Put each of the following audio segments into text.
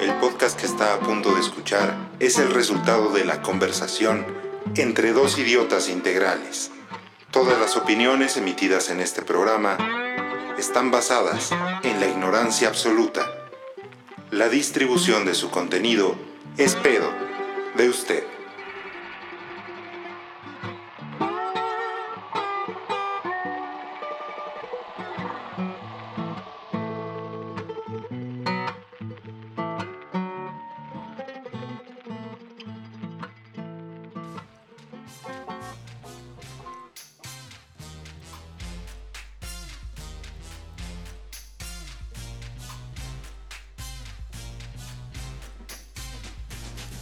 El podcast que está a punto de escuchar es el resultado de la conversación entre dos idiotas integrales. Todas las opiniones emitidas en este programa están basadas en la ignorancia absoluta. La distribución de su contenido es pedo de usted.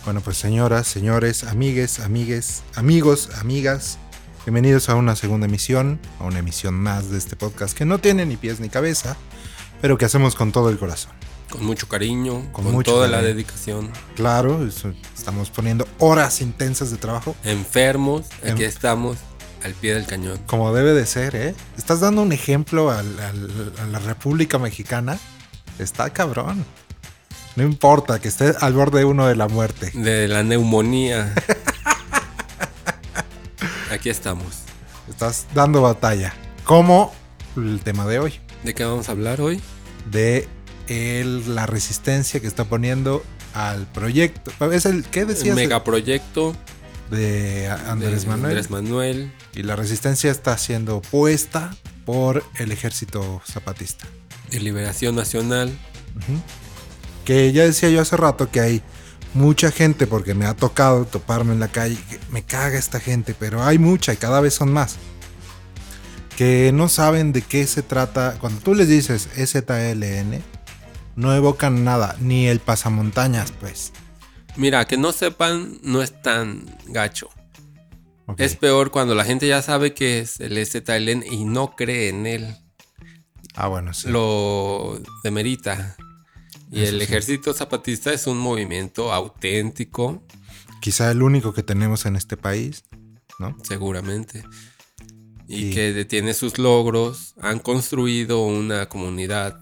Bueno, pues señoras, señores, amigues, amigues, amigos, amigas, bienvenidos a una segunda emisión, a una emisión más de este podcast que no tiene ni pies ni cabeza, pero que hacemos con todo el corazón. Con mucho cariño, Con con, mucho toda la cariño. dedicación. Claro, eso- estamos poniendo horas intensas de trabajo, Enfermos, aquí Em- estamos, al pie del cañón. como debe de ser, ¿eh? Estás dando un ejemplo al- al- a la República Mexicana, está cabrón. No importa que esté al borde uno de la muerte. De la neumonía. aquí estamos. Estás dando batalla. Como el tema de hoy. ¿De qué vamos a hablar hoy? de el- la resistencia que está poniendo al proyecto. Es el ¿qué El decías de- megaproyecto de a- Andrés de Manuel. Andrés Manuel. Y la resistencia está siendo opuesta por el ejército zapatista. de Liberación Nacional. Ujú. Que ya decía yo hace rato que hay mucha gente, porque me ha tocado toparme en la calle, que me caga esta gente, pero hay mucha y cada vez son más. Que no saben de qué se trata. Cuando tú les dices EZLN, no evocan nada, ni el pasamontañas, pues. Mira, que no sepan, no es tan gacho. Ok. Es peor cuando la gente ya sabe que es el EZLN y no cree en él. ah, bueno, sí. lo demerita. Y Eso el sí. ejército zapatista es un movimiento auténtico, Quizá el único que tenemos en este país, ¿no? seguramente. Y Sí. que detiene sus logros, han construido una comunidad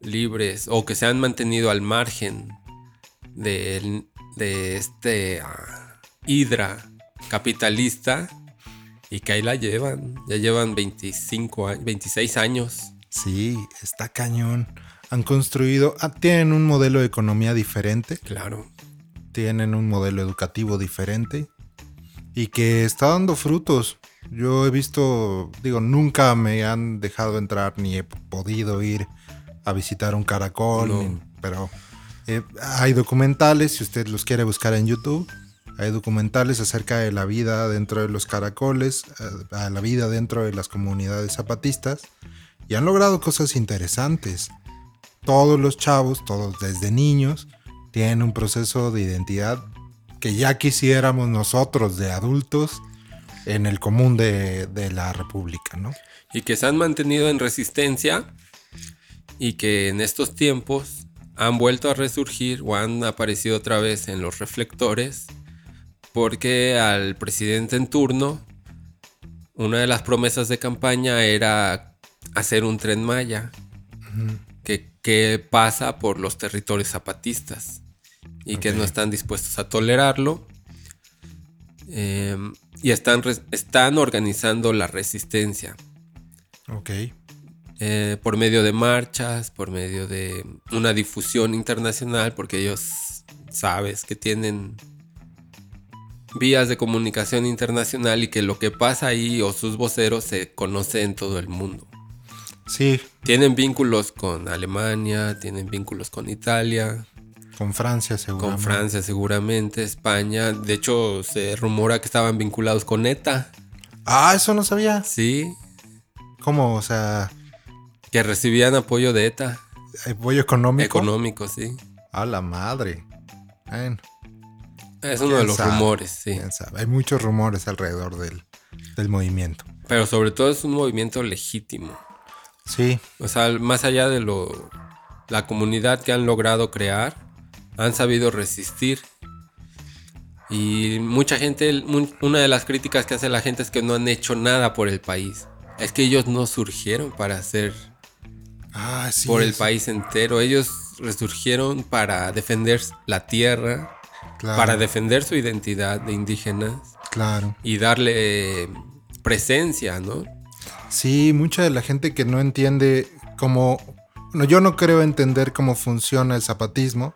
libres o que se han mantenido al margen del- de este ah, hidra capitalista y que ahí la llevan. Ya llevan 25, a- 26 años. Sí, está cañón. Han construido, ah, tienen un modelo de economía diferente. Claro. tienen un modelo educativo diferente y que está dando frutos. Yo he visto, digo, nunca me han dejado entrar ni he podido ir a visitar un caracol, No. ni- pero eh, hay documentales, si usted los quiere buscar en YouTube, hay documentales acerca de la vida dentro de los caracoles, eh, a la vida dentro de las comunidades zapatistas y han logrado cosas interesantes. Todos los chavos, todos desde niños, tienen un proceso de identidad que ya quisiéramos nosotros de adultos en el común de, de la República, ¿no? y que se han mantenido en resistencia y que en estos tiempos han vuelto a resurgir o han aparecido otra vez en los reflectores porque al presidente en turno una de las promesas de campaña era hacer un tren Maya que, que pasa por los territorios zapatistas y que Ok. no están dispuestos a tolerarlo. Eh, y están, res- están organizando la resistencia Ok. eh, por medio de marchas, por medio de una difusión internacional, porque ellos sabes que tienen vías de comunicación internacional y que lo que pasa ahí o sus voceros se conoce en todo el mundo. Sí, Tienen vínculos con Alemania, tienen vínculos con Italia, con Francia con seguramente. Francia seguramente, España. De hecho, se rumora que estaban vinculados con ETA, Ah, eso no sabía. ¿sí? ¿Cómo? O sea, Que recibían apoyo de ETA, apoyo económico. económico, sí. A la madre. Bueno, Es uno de ¿Quién los sabe? rumores, sí. quién sabe. Hay muchos rumores alrededor del, del movimiento. Pero sobre todo es un movimiento legítimo. Sí, O sea, más allá de lo la comunidad que han logrado crear, han sabido resistir. Y mucha gente, mu- una de las críticas que hace la gente es que no han hecho nada por el país. Es que ellos no surgieron para hacer Ah, sí. por el sí. país entero. Ellos resurgieron para defender la tierra, Claro, para defender su identidad de indígenas claro. y darle presencia, ¿no? Sí, mucha de la gente que no entiende cómo... Bueno, yo no creo entender cómo funciona el zapatismo,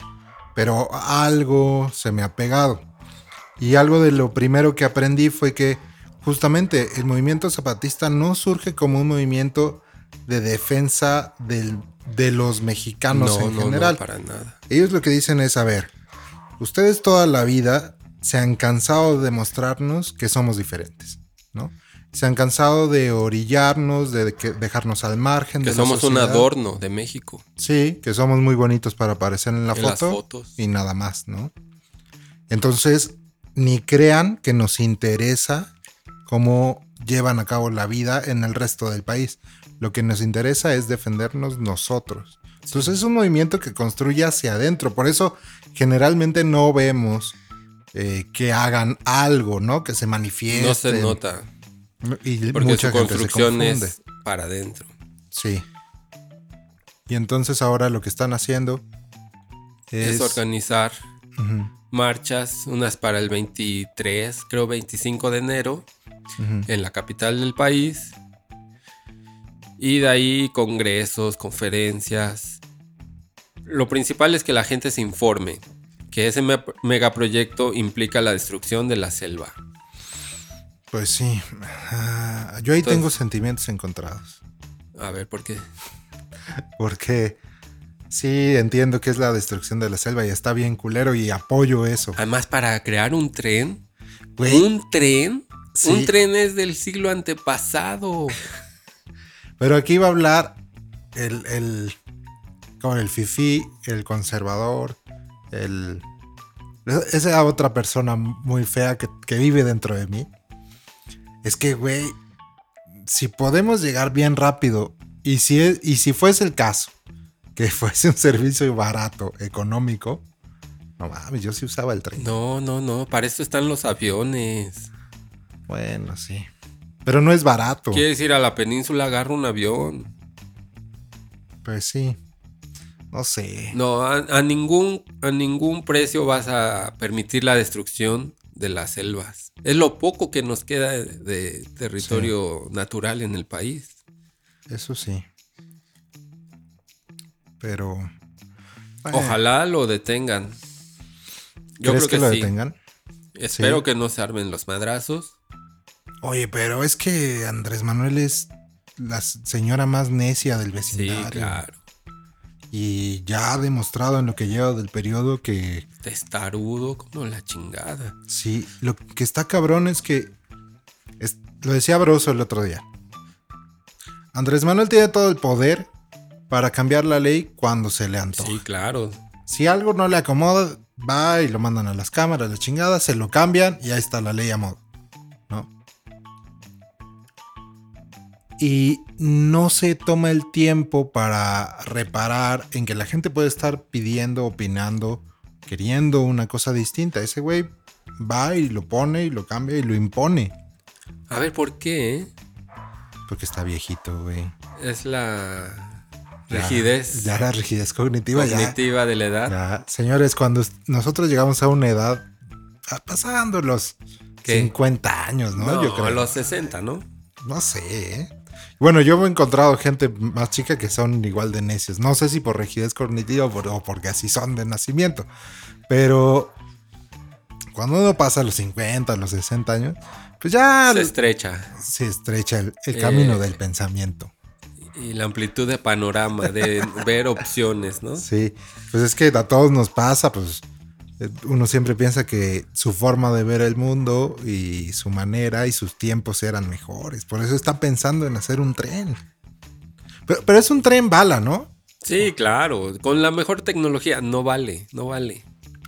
pero algo se me ha pegado. Y algo de lo primero que aprendí fue que justamente el movimiento zapatista no surge como un movimiento de defensa del- de los mexicanos Ah, en general. para nada. Ellos lo que dicen es, a ver, ustedes toda la vida se han cansado de demostrarnos que somos diferentes, ¿no? Se han cansado de orillarnos, de que- dejarnos al margen. de Que la somos un sociedad. adorno de México. Sí, que somos muy bonitos para aparecer en la En las foto fotos. y nada más, ¿no? Entonces, ni crean que nos interesa cómo llevan a cabo la vida en el resto del país. Lo que nos interesa es defendernos nosotros. Entonces es un movimiento que construye hacia adentro. Por eso generalmente no vemos eh, que hagan algo, ¿no? Que se manifieste. No se nota. Y Porque este, mucha su gente se construcción confunde. es para adentro. Sí. Y entonces ahora lo que están haciendo es... Es organizar Ujú, marchas, unas para el 23, creo 25 de enero, ujú. en la capital del país. Y de ahí congresos, conferencias. Lo principal es que la gente se informe que ese me- megaproyecto implica la destrucción de la selva. Pues sí. Ah, Yo ahí Entonces- tengo sentimientos encontrados. A ver, ¿por qué? Porque sí entiendo que es la destrucción de la selva y está bien culero y apoyo eso. Además, para crear un tren. Güey. ¿Un tren? Sí. Un tren es del siglo antepasado. Pero aquí va a hablar el, el como el fifí, el conservador, el esa otra persona muy fea que, que vive dentro de mí. Es que, güey, si podemos llegar bien rápido y si, es- y si fuese el caso, que fuese un servicio barato, económico, no mames, yo sí usaba el tren. No, no, no. Para esto están los aviones. Bueno, sí. Pero no es barato. ¿Quieres ir a la península? Agarra un avión. Pues sí. No sé. No, a, a ningún, a ningún precio vas a permitir la destrucción de las selvas. Es lo poco que nos queda de, de territorio natural en el país. Eso sí. Pero. bueno, Ojalá lo detengan. Yo Ah. ¿crees creo que, que, lo sí. detengan? Espero Sí. que no se armen los madrazos. Oye, pero es que Andrés Manuel es la s- señora más necia del Sí, vecindario. claro. Y ya ha demostrado en lo que lleva del periodo que Testarudo, como la chingada. sí. Lo que está cabrón es que. es- lo decía Broso el otro día. Andrés Manuel tiene todo el poder para cambiar la ley cuando se le antoja. Sí, claro. Si algo no le acomoda, va y lo mandan a las cámaras, la chingada, se lo cambian y ahí está la ley a modo. ¿No? Y no se toma el tiempo para reparar en que la gente puede estar pidiendo, opinando, queriendo una cosa distinta. Ese güey va y lo pone y lo cambia y lo impone. A ver, ¿por qué? eh? Porque está viejito, güey. Es la Ya- rigidez Ya, la rigidez cognitiva, ya. cognitiva de la edad. Ya, señores, cuando us- nosotros llegamos a una edad ah, pasando los ¿Qué? 50 años, ¿no? No, Yo creo. a los 60, ¿no? No sé. ¿eh? Bueno, yo me he encontrado gente más chica que son igual de necios. No sé si por rigidez cognitiva o, por- o porque así son de nacimiento. Pero cuando uno pasa los 50, los 60 años, pues ya Se se, estrecha. estrecha el, el Eh, camino del pensamiento. Y la amplitud de panorama, de ver opciones, ¿no? Sí, pues es que a todos nos pasa, pues eh, uno siempre piensa que su forma de ver el mundo y su manera y sus tiempos eran mejores. Por eso está pensando en hacer un tren. Pero, pero es un tren bala, ¿no? Sí, claro. Con la mejor tecnología no vale, no vale.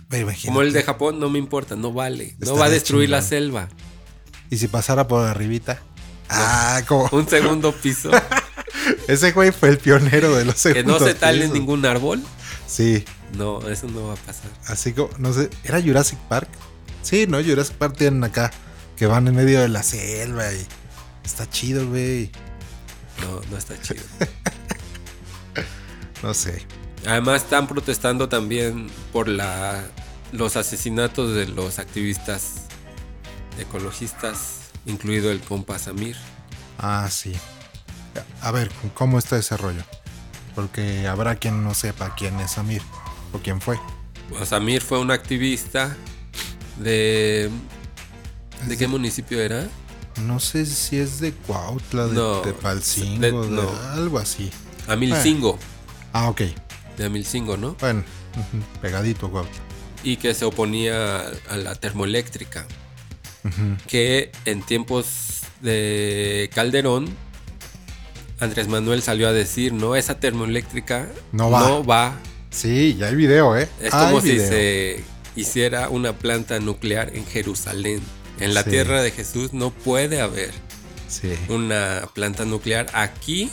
Ve, imagínate. Como el de Japón, no me importa, no vale. No Está va a de destruir la chingón. selva. Y si pasara por arribita. Ah, como Un segundo piso. ese güey fue el pionero de los que no segundos se tale pisos. ningún árbol. Sí, No, eso no va a pasar. así como, no sé, ¿era Jurassic Park? Sí, ¿no? Jurassic Park tienen acá, que van en medio de la selva y está chido, güey. No, no está chido. No sé. Además están protestando también por la, los asesinatos de los activistas ecologistas, incluido el compa Samir. Ah, sí. A ver, ¿cómo está ese rollo? Porque habrá quien no sepa quién es Samir o quién fue. Bueno, Samir fue un activista de... ¿De qué municipio era? No sé si es de Cuautla, de, No, de Palcingo, de- de, no. algo así. Amilcingo. Ah, ok. De Amilcingo, ¿no? Bueno, ujú, pegadito a Cuautla. y que se oponía a la termoeléctrica, que en tiempos de Calderón, Andrés Manuel salió a decir, no, esa termoeléctrica No va". va". Sí, ya hay video, ¿eh? Es Hay como si video. se hiciera una planta nuclear en Jerusalén. En la Sí. tierra de Jesús no puede haber Sí. una planta nuclear. Aquí,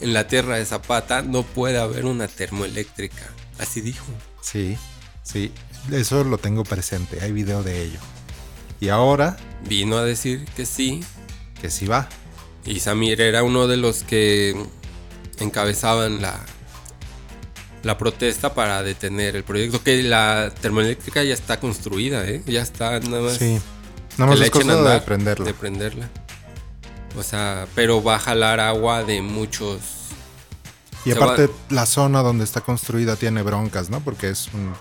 en la tierra de Zapata, no puede haber una termoeléctrica. Así dijo. Sí, sí, eso lo tengo presente, hay video de ello. Y ahora, Vino a decir que sí, que sí va. Y Samir era uno de los que encabezaban la, la protesta para detener el proyecto. Que la termoeléctrica ya está construida, ¿eh? Ya está nada más. Sí. que Nada más la es echen a cosa de andar, prenderlo. de prenderla. O sea, pero va a jalar agua de muchos. Y se va- aparte, la zona donde está construida tiene broncas, ¿no? Porque es un-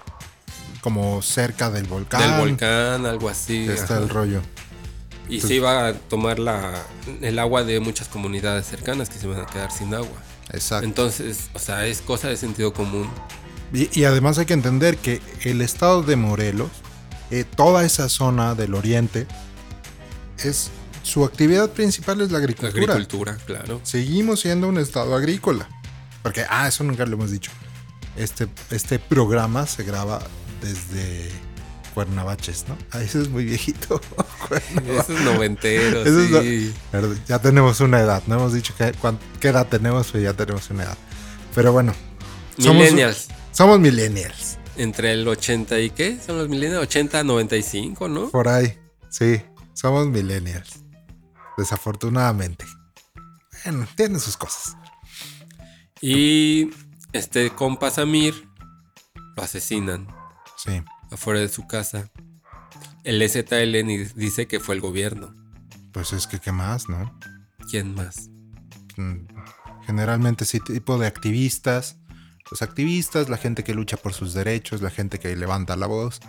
como cerca del volcán. Del volcán, algo así. Está ajá. el rollo. y sí va a tomar la, el agua de muchas comunidades cercanas que se van a quedar sin agua. Exacto. Entonces, o sea, es cosa de sentido común. Y, y además hay que entender que el estado de Morelos, eh, toda esa zona del oriente, es su actividad principal es la La agricultura. agricultura, claro. seguimos siendo un estado agrícola. Porque, ah, eso nunca lo hemos dicho. Este, este programa se graba desde Cuernavaches, ¿no? Ah, eso es muy viejito. Cuernavaches. Eso es noventero, Eso es no- sí. Pero ya tenemos una edad, no hemos dicho qué, cuán- qué edad tenemos, pero ya tenemos una edad. Pero bueno, Somos- Millennials. somos millennials, Entre el 80 y qué? Son los millennials, 80 95, ¿no? por ahí. Sí, somos millennials. Desafortunadamente. Bueno, tienen sus cosas. Y este compa Samir lo asesinan Sí. afuera de su casa. El EZLN y dice que fue el gobierno. Pues es que, ¿qué más, no? ¿Quién más? Mm, generalmente ese tipo de activistas, los activistas, la gente que lucha por sus derechos, la gente que levanta la voz,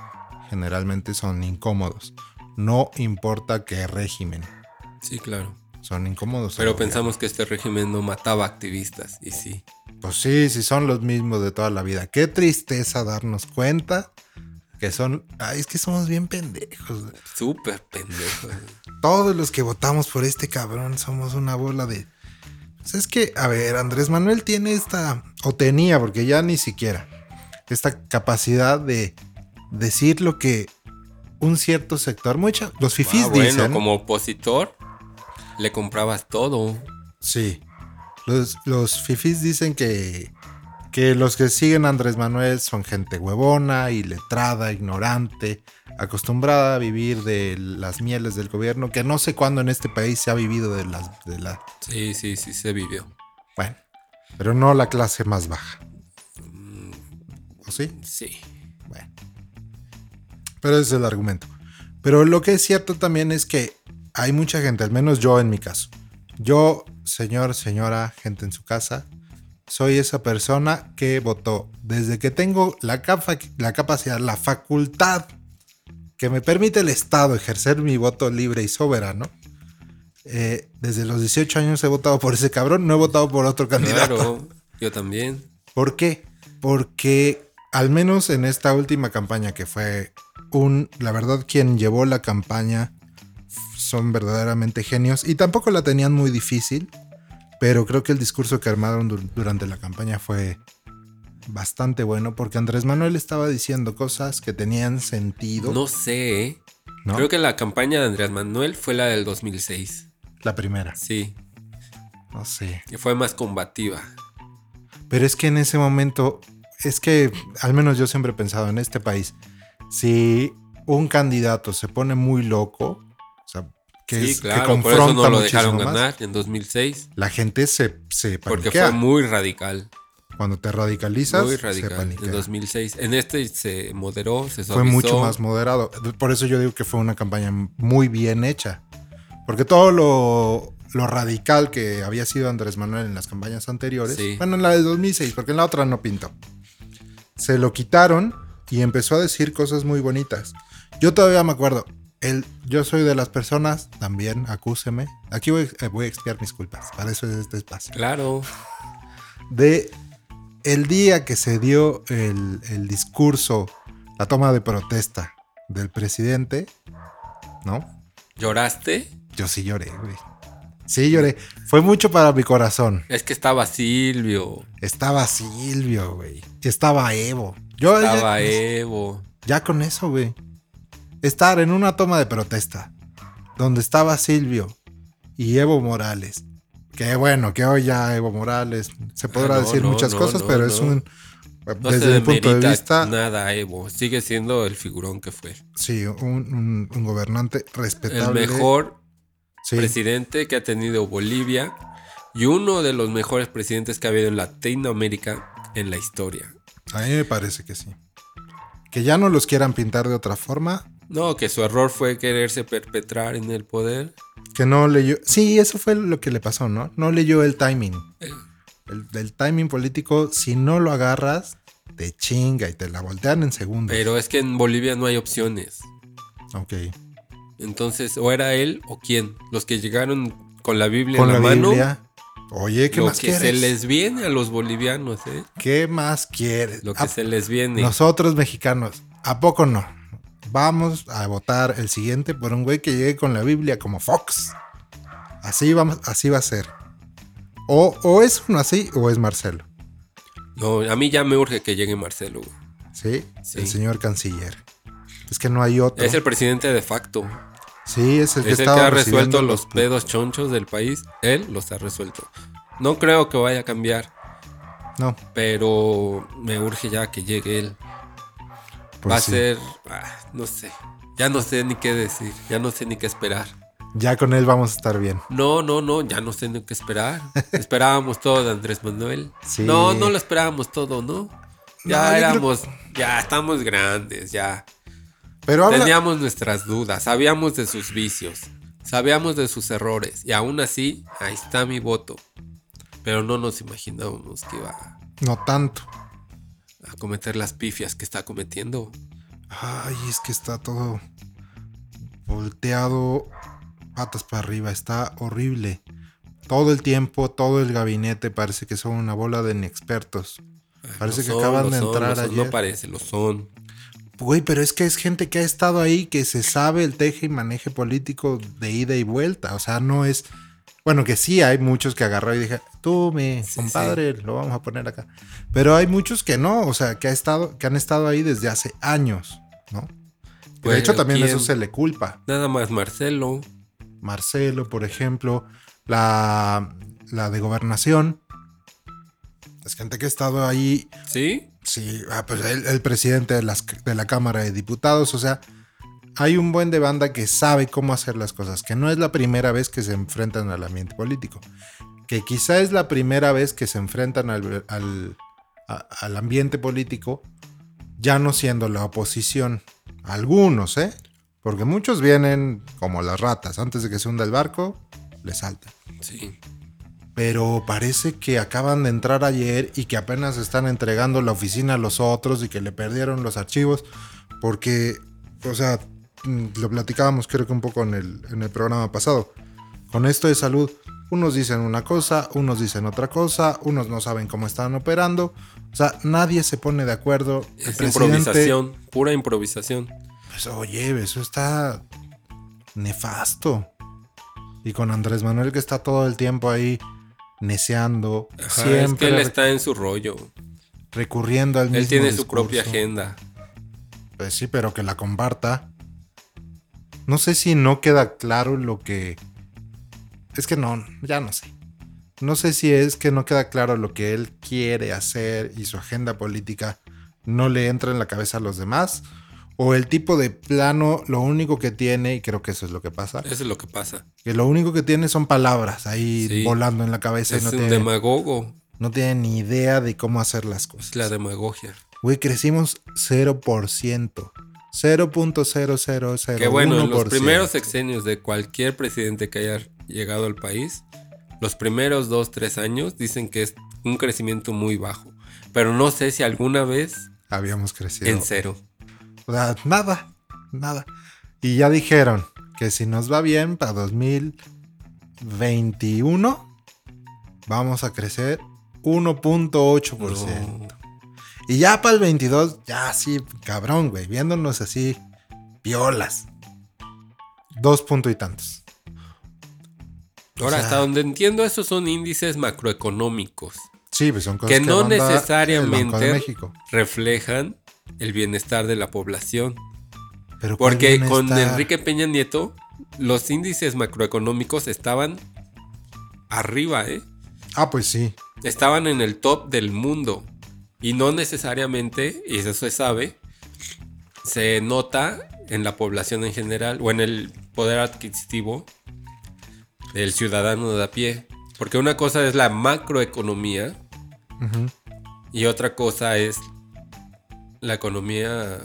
generalmente son incómodos. No importa qué régimen, Sí, claro. son incómodos. Pero Obvio. pensamos que este régimen no mataba activistas. Y sí. Pues sí, sí son los mismos de toda la vida. Qué tristeza darnos cuenta que son... Ay, es que somos bien pendejos. Súper pendejo. Ah, Todos los que votamos por este cabrón somos una bola de... Pues es que, a ver, Andrés Manuel tiene esta, o tenía, porque ya ni siquiera, esta capacidad de decir lo que un cierto sector, mucha, los fifís Ah, bueno, dicen. como opositor, le comprabas todo. Sí. Los, los fifís dicen que, que los que siguen a Andrés Manuel son gente huevona, iletrada, ignorante, acostumbrada a vivir de las mieles del gobierno, que no sé cuándo en este país se ha vivido de las... De la, Sí, sí, sí, se vivió. bueno, pero no la clase más baja. ¿O sí? Sí. Bueno. Pero ese es el argumento. Pero lo que es cierto también es que hay mucha gente, al menos yo en mi caso. Yo, señor, señora, gente en su casa, soy esa persona que votó desde que tengo la, capa- la capacidad, la facultad que me permite el Estado ejercer mi voto libre y soberano. Eh, desde los 18 años he votado por ese cabrón, no he votado por otro candidato. Claro, yo también. ¿Por qué? Porque al menos en esta última campaña que fue un, la verdad quien llevó la campaña son verdaderamente genios y tampoco la tenían muy difícil, pero creo que el discurso que armaron dur- durante la campaña fue bastante bueno porque Andrés Manuel estaba diciendo cosas que tenían sentido. No sé. ¿eh? ¿no? Creo que la campaña de Andrés Manuel fue la del 2006. La primera, Sí, no sé. que fue más combativa. Pero es que en ese momento, es que al menos yo siempre he pensado en este país, si un candidato se pone muy loco, o sea, que, sí, es- que claro, por confronta eso no lo muchísimo dejaron más, ganar en 2006. la gente se, se Porque paniquea. fue muy radical. Cuando te radicalizas, Muy se radical. paniquea. En 2006. En este se moderó, se Fue suavizó. mucho más moderado. Por eso yo digo que fue una campaña muy bien hecha. Porque todo lo, lo radical que había sido Andrés Manuel en las campañas anteriores, Sí. bueno, en la de 2006, porque en la otra no pintó, se lo quitaron y empezó a decir cosas muy bonitas. Yo todavía me acuerdo, el, yo soy de las personas, también acúseme. Aquí voy, eh, voy a expiar mis culpas, para eso es este espacio Claro. de el día que se dio el, el discurso, la toma de protesta del presidente, ¿no? ¿Lloraste? Yo sí lloré, güey. Sí lloré. Fue mucho para mi corazón. Es que estaba Silvio, Estaba Silvio, güey. Estaba Evo. Yo ya- estaba Evo. ya con eso, güey. Estar en una toma de protesta donde estaba Silvio y Evo Morales. Que bueno, que hoy ya Evo Morales se podrá Ah, no, decir no, muchas no, cosas, no, pero no. es un. No se desde mi demerita punto de vista, nada Evo. Sigue siendo el figurón que fue. sí, un, un- un gobernante El respetable. mejor Sí, presidente que ha tenido Bolivia y uno de los mejores presidentes que ha habido en Latinoamérica en la historia. a mí me parece que sí. Que ya no los quieran pintar de otra forma. No, que su error fue quererse perpetrar en el poder. Que no leyó. Sí, eso fue lo que le pasó, ¿no? No leyó el timing. Eh. El, el timing político, si no lo agarras, te chinga y te la voltean en segundos. Pero es que en Bolivia no hay opciones. ok. Entonces, o era él o quién. Los que llegaron con la Biblia Con en la la, mano. Biblia. Oye, ¿qué lo más que se quieres? les viene a los bolivianos, ¿eh? ¿Qué más quieres? Lo que ¿A- se les viene. Nosotros mexicanos, ¿a poco no? Vamos a votar el siguiente por un güey que llegue con la Biblia como Fox. Así, vamos, así va a ser. O, o es uno así o es Marcelo. No, a mí ya me urge que llegue Marcelo. güey. ¿Sí? Sí. El señor canciller. Es que no hay otro. Es el presidente de facto. sí, es el que es el que estaba ha recibiendo resuelto los pl- pedos chonchos del país. Él los ha resuelto. No creo que vaya a cambiar, No, pero me urge ya que llegue él. pues Va sí. a ser, ah, no sé. Ya no sé ni qué decir, ya no sé ni qué esperar. Ya con él vamos a estar bien. No, no, no, ya no sé ni qué esperar. esperábamos todo de Andrés Manuel. Sí. No, no lo esperábamos todo, ¿no? Ya No, yo creo- éramos, ya estamos grandes, ya. Pero habla- Teníamos nuestras dudas, sabíamos de sus vicios, sabíamos de sus errores y aún así, ahí está mi voto. Pero no nos imaginábamos que iba a no tanto. cometer las pifias que está cometiendo. Ay, es que está todo volteado, patas para arriba, está horrible. Todo el tiempo, todo el gabinete parece que son una bola de inexpertos. Ah, Parece que acaban de entrar a ayer. No parece, lo son. Güey, pero es que es gente que ha estado ahí, que se sabe el teje y maneje político de ida y vuelta. O sea, no es... Bueno, que sí, hay muchos que agarró y dije, tú, mi Sí, compadre, lo vamos a poner acá. Pero hay muchos que no, o sea, que, ha estado, que han estado ahí desde hace años, ¿no? Que de hecho, Pero también ¿quién? eso se le culpa. Nada más Marcelo. Marcelo, por ejemplo, la, la de gobernación. Es gente que ha estado ahí, ¿Sí? sí, ah, pues el, el presidente de, las- de la Cámara de Diputados, o sea, hay un buen de banda que sabe cómo hacer las cosas, que no es la primera vez que se enfrentan al ambiente político, que quizá es la primera vez que se enfrentan al, al- a- al ambiente político, ya no siendo la oposición, algunos, ¿eh? Porque muchos vienen como las ratas, antes de que se hunda el barco, le saltan. Sí. Pero parece que acaban de entrar ayer y que apenas están entregando la oficina a los otros y que le perdieron los archivos. Porque, o sea, mm, lo platicábamos creo que un poco en el, en el programa pasado. Con esto de salud, unos dicen una cosa, unos dicen otra cosa, unos no saben cómo están operando. O sea, nadie se pone de acuerdo. El Es presidente- improvisación, pura improvisación. Pues oye, eso está nefasto. Y con Andrés Manuel que está todo el tiempo ahí neceando, Ajá, es que siempre él está en su rollo. recurriendo al mismo Él tiene su discurso. propia agenda. Pues sí, pero que la comparta. No sé si no queda claro lo que... Es que no, ya no sé. No sé si es que no queda claro lo que él quiere hacer y su agenda política no le entra en la cabeza a los demás. O el tipo de plano, lo único que tiene, y creo que eso es lo que pasa, Eso es lo que pasa. que lo único que tiene son palabras ahí Sí. volando en la cabeza y es no un tiene... demagogo. no tienen ni idea de cómo hacer las cosas. Es la demagogia. Güey, crecimos 0%. 0.0001%. Que bueno, en los primeros sexenios de cualquier presidente que haya llegado al país, los primeros dos, tres años dicen que es un crecimiento muy bajo. Pero no sé si alguna vez Habíamos crecido. en cero. O sea, nada, nada. Y ya dijeron que si nos va bien para 2021, vamos a crecer 1.8%. No. Y ya para el 22, ya sí, cabrón, güey, viéndonos así, violas. Dos puntos y tantos. Ahora, O sea- hasta donde entiendo, esos son índices macroeconómicos. Sí, pues son cosas Que no manda el Banco de necesariamente- México. Reflejan el bienestar de la población. Pero ¿cuál Porque con bienestar? Enrique Peña Nieto, los índices macroeconómicos estaban arriba, ¿eh? Ah, pues sí. Estaban en el top del mundo. Y no necesariamente, y eso se sabe, se nota en la población en general o en el poder adquisitivo del ciudadano de a pie. Porque una cosa es la macroeconomía Ujú. y otra cosa es la economía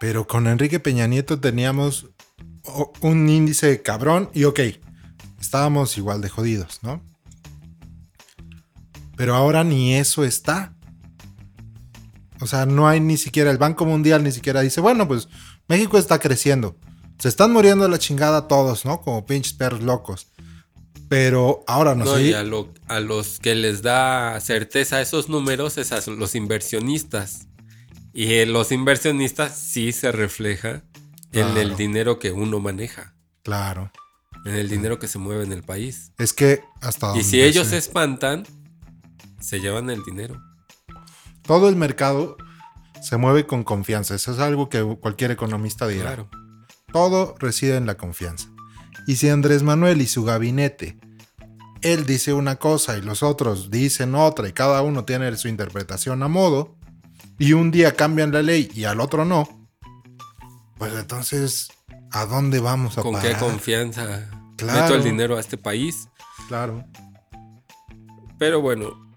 Pero con Enrique Peña Nieto teníamos o- un índice cabrón y ok, estábamos igual de jodidos, ¿no? Pero ahora ni eso está. O sea, no hay ni siquiera el Banco Mundial, ni siquiera dice, bueno, pues México está creciendo. Se están muriendo de la chingada todos, ¿no? Como pinches perros locos. Pero ahora no, No, sé. y a, lo- a los que les da certeza esos números es a los inversionistas. Y en los inversionistas sí se refleja en Claro. Mm. el dinero que uno maneja, Claro. en el dinero que se mueve en el país. Es que hasta... Y donde si ellos sé- se espantan, se llevan el dinero. Todo el mercado se mueve con confianza. Eso es algo que cualquier economista dirá. Claro. Todo reside en la confianza. Y si Andrés Manuel y su gabinete, él dice una cosa y los otros dicen otra y cada uno tiene su interpretación a modo, y un día cambian la ley y al otro no, pues entonces, ¿a dónde vamos a ¿Con qué parar? confianza meto Claro. el dinero a este país? Claro. Pero bueno,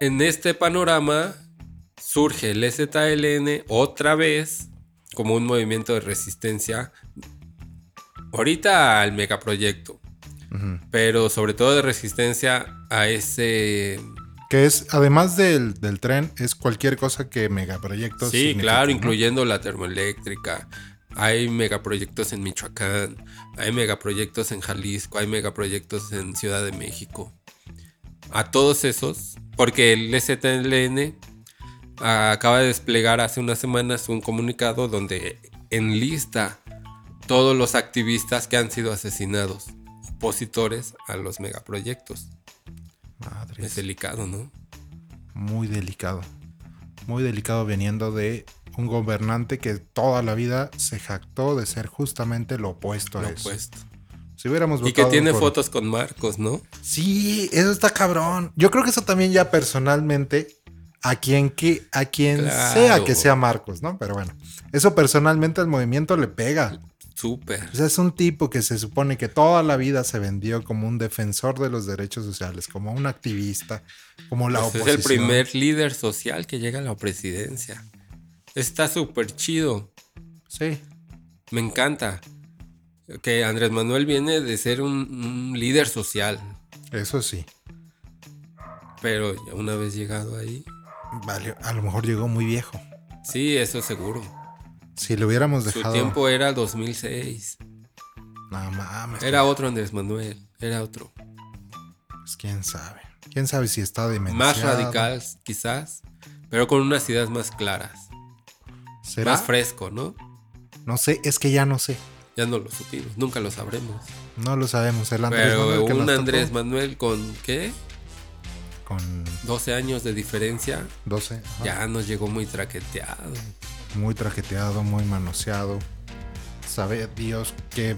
en este panorama surge el ZLN otra vez como un movimiento de resistencia. Ahorita al megaproyecto, Ujú. pero sobre todo de resistencia a ese... Que es, además del, del tren, es cualquier cosa que megaproyectos. sí, signifiquen, claro, ¿no? incluyendo la termoeléctrica. Hay megaproyectos en Michoacán, hay megaproyectos en Jalisco, hay megaproyectos en Ciudad de México. A todos esos, porque el STLN ah, acaba de desplegar hace unas semanas un comunicado donde enlista todos los activistas que han sido asesinados, opositores a los megaproyectos. Madres. Es delicado, ¿no? muy delicado. Muy delicado viniendo de un gobernante que toda la vida se jactó de ser justamente lo opuesto a Lo eso. opuesto. Si hubiéramos Y que votado tiene por- fotos con Marcos, ¿no? Sí, eso está cabrón. Yo creo que eso también ya personalmente a quien que a quien Claro. sea que sea Marcos, ¿no? Pero bueno, eso personalmente al movimiento le pega. Súper. O sea, es un tipo que se supone que toda la vida se vendió como un defensor de los derechos sociales, como un activista, como la Pues es oposición. el primer líder social que llega a la presidencia. Está súper chido. Sí. Me encanta. Que Andrés Manuel viene de ser un, un líder social. Eso sí. Pero ya una vez llegado ahí. Vale, a lo mejor llegó muy viejo. Sí, eso seguro. Si lo hubiéramos dejado. Su tiempo era 2006. No mames. Era otro Andrés Manuel. Era otro. pues, quién sabe. Quién sabe si está demenciado. Más radical, quizás. Pero con unas ideas más claras. ¿Será? Más fresco, ¿no? no sé, es que ya no sé. Ya no lo supimos. Nunca lo sabremos. No lo sabemos. El Andrés pero Manuel que un nos tocó, Andrés Manuel con qué? con 12 años de diferencia, 12. ajá, ya nos llegó muy traqueteado. Muy traqueteado, muy manoseado. Sabe Dios qué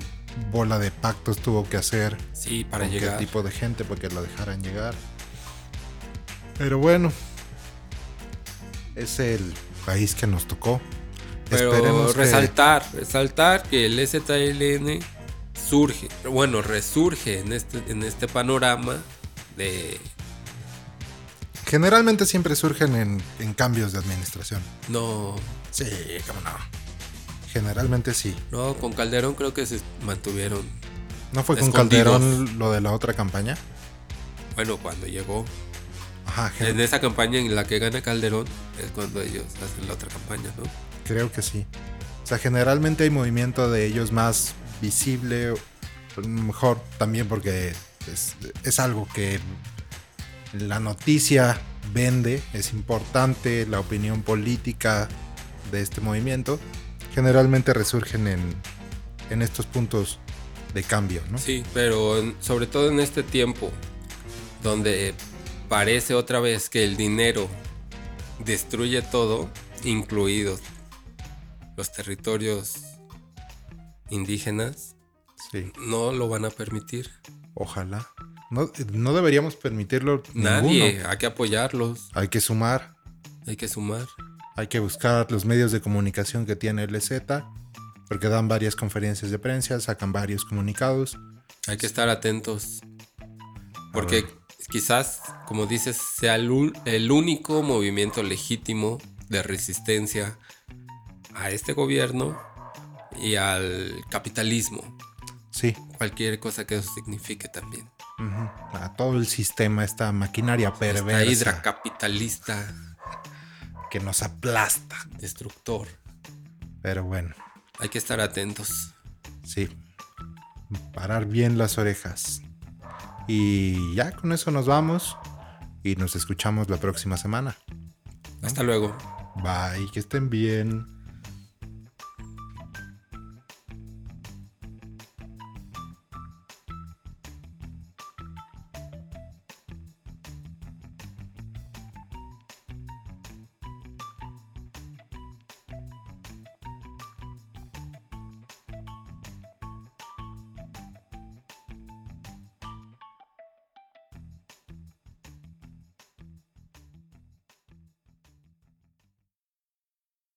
bola de pactos tuvo que hacer. Sí, para con llegar. qué tipo de gente porque lo dejaran llegar. Pero bueno, es el país que nos tocó. Pero Esperemos que- resaltar, resaltar que el STLN surge, bueno, resurge en este, en este panorama de generalmente siempre surgen en, en cambios de administración. No, Sí, cómo no. Generalmente sí. no, con Calderón creo que se mantuvieron. ¿No fue con Escondidos. Calderón lo de la otra campaña? Bueno, cuando llegó. Ajá, gen- En esa campaña en la que gana Calderón es cuando ellos hacen la otra campaña, ¿no? creo que sí. O sea, generalmente hay movimiento de ellos más visible, a lo mejor también porque es, es algo que la noticia vende, es importante, la opinión política de este movimiento, generalmente resurgen en, en estos puntos de cambio, ¿no? Sí, pero en- sobre todo en este tiempo donde parece otra vez que el dinero destruye todo, incluidos los territorios indígenas, Sí. no lo van a permitir. Ojalá. No, no deberíamos permitirlo Nadie, ninguno. hay que apoyarlos, Hay que sumar, hay que sumar. hay que buscar los medios de comunicación que tiene LZ, porque dan varias conferencias de prensa, sacan varios comunicados. Hay que estar atentos. Porque quizás, como dices, sea el, ul- el único movimiento legítimo de resistencia a este gobierno y al capitalismo. Sí, Cualquier cosa que eso signifique también. ujú, a todo el sistema, esta maquinaria La hidra perversa capitalista, que nos aplasta. destructor. Pero bueno, Hay que estar atentos. sí, parar bien las orejas. Y ya con eso nos vamos y nos escuchamos la próxima semana. Hasta luego. Bye, que estén bien.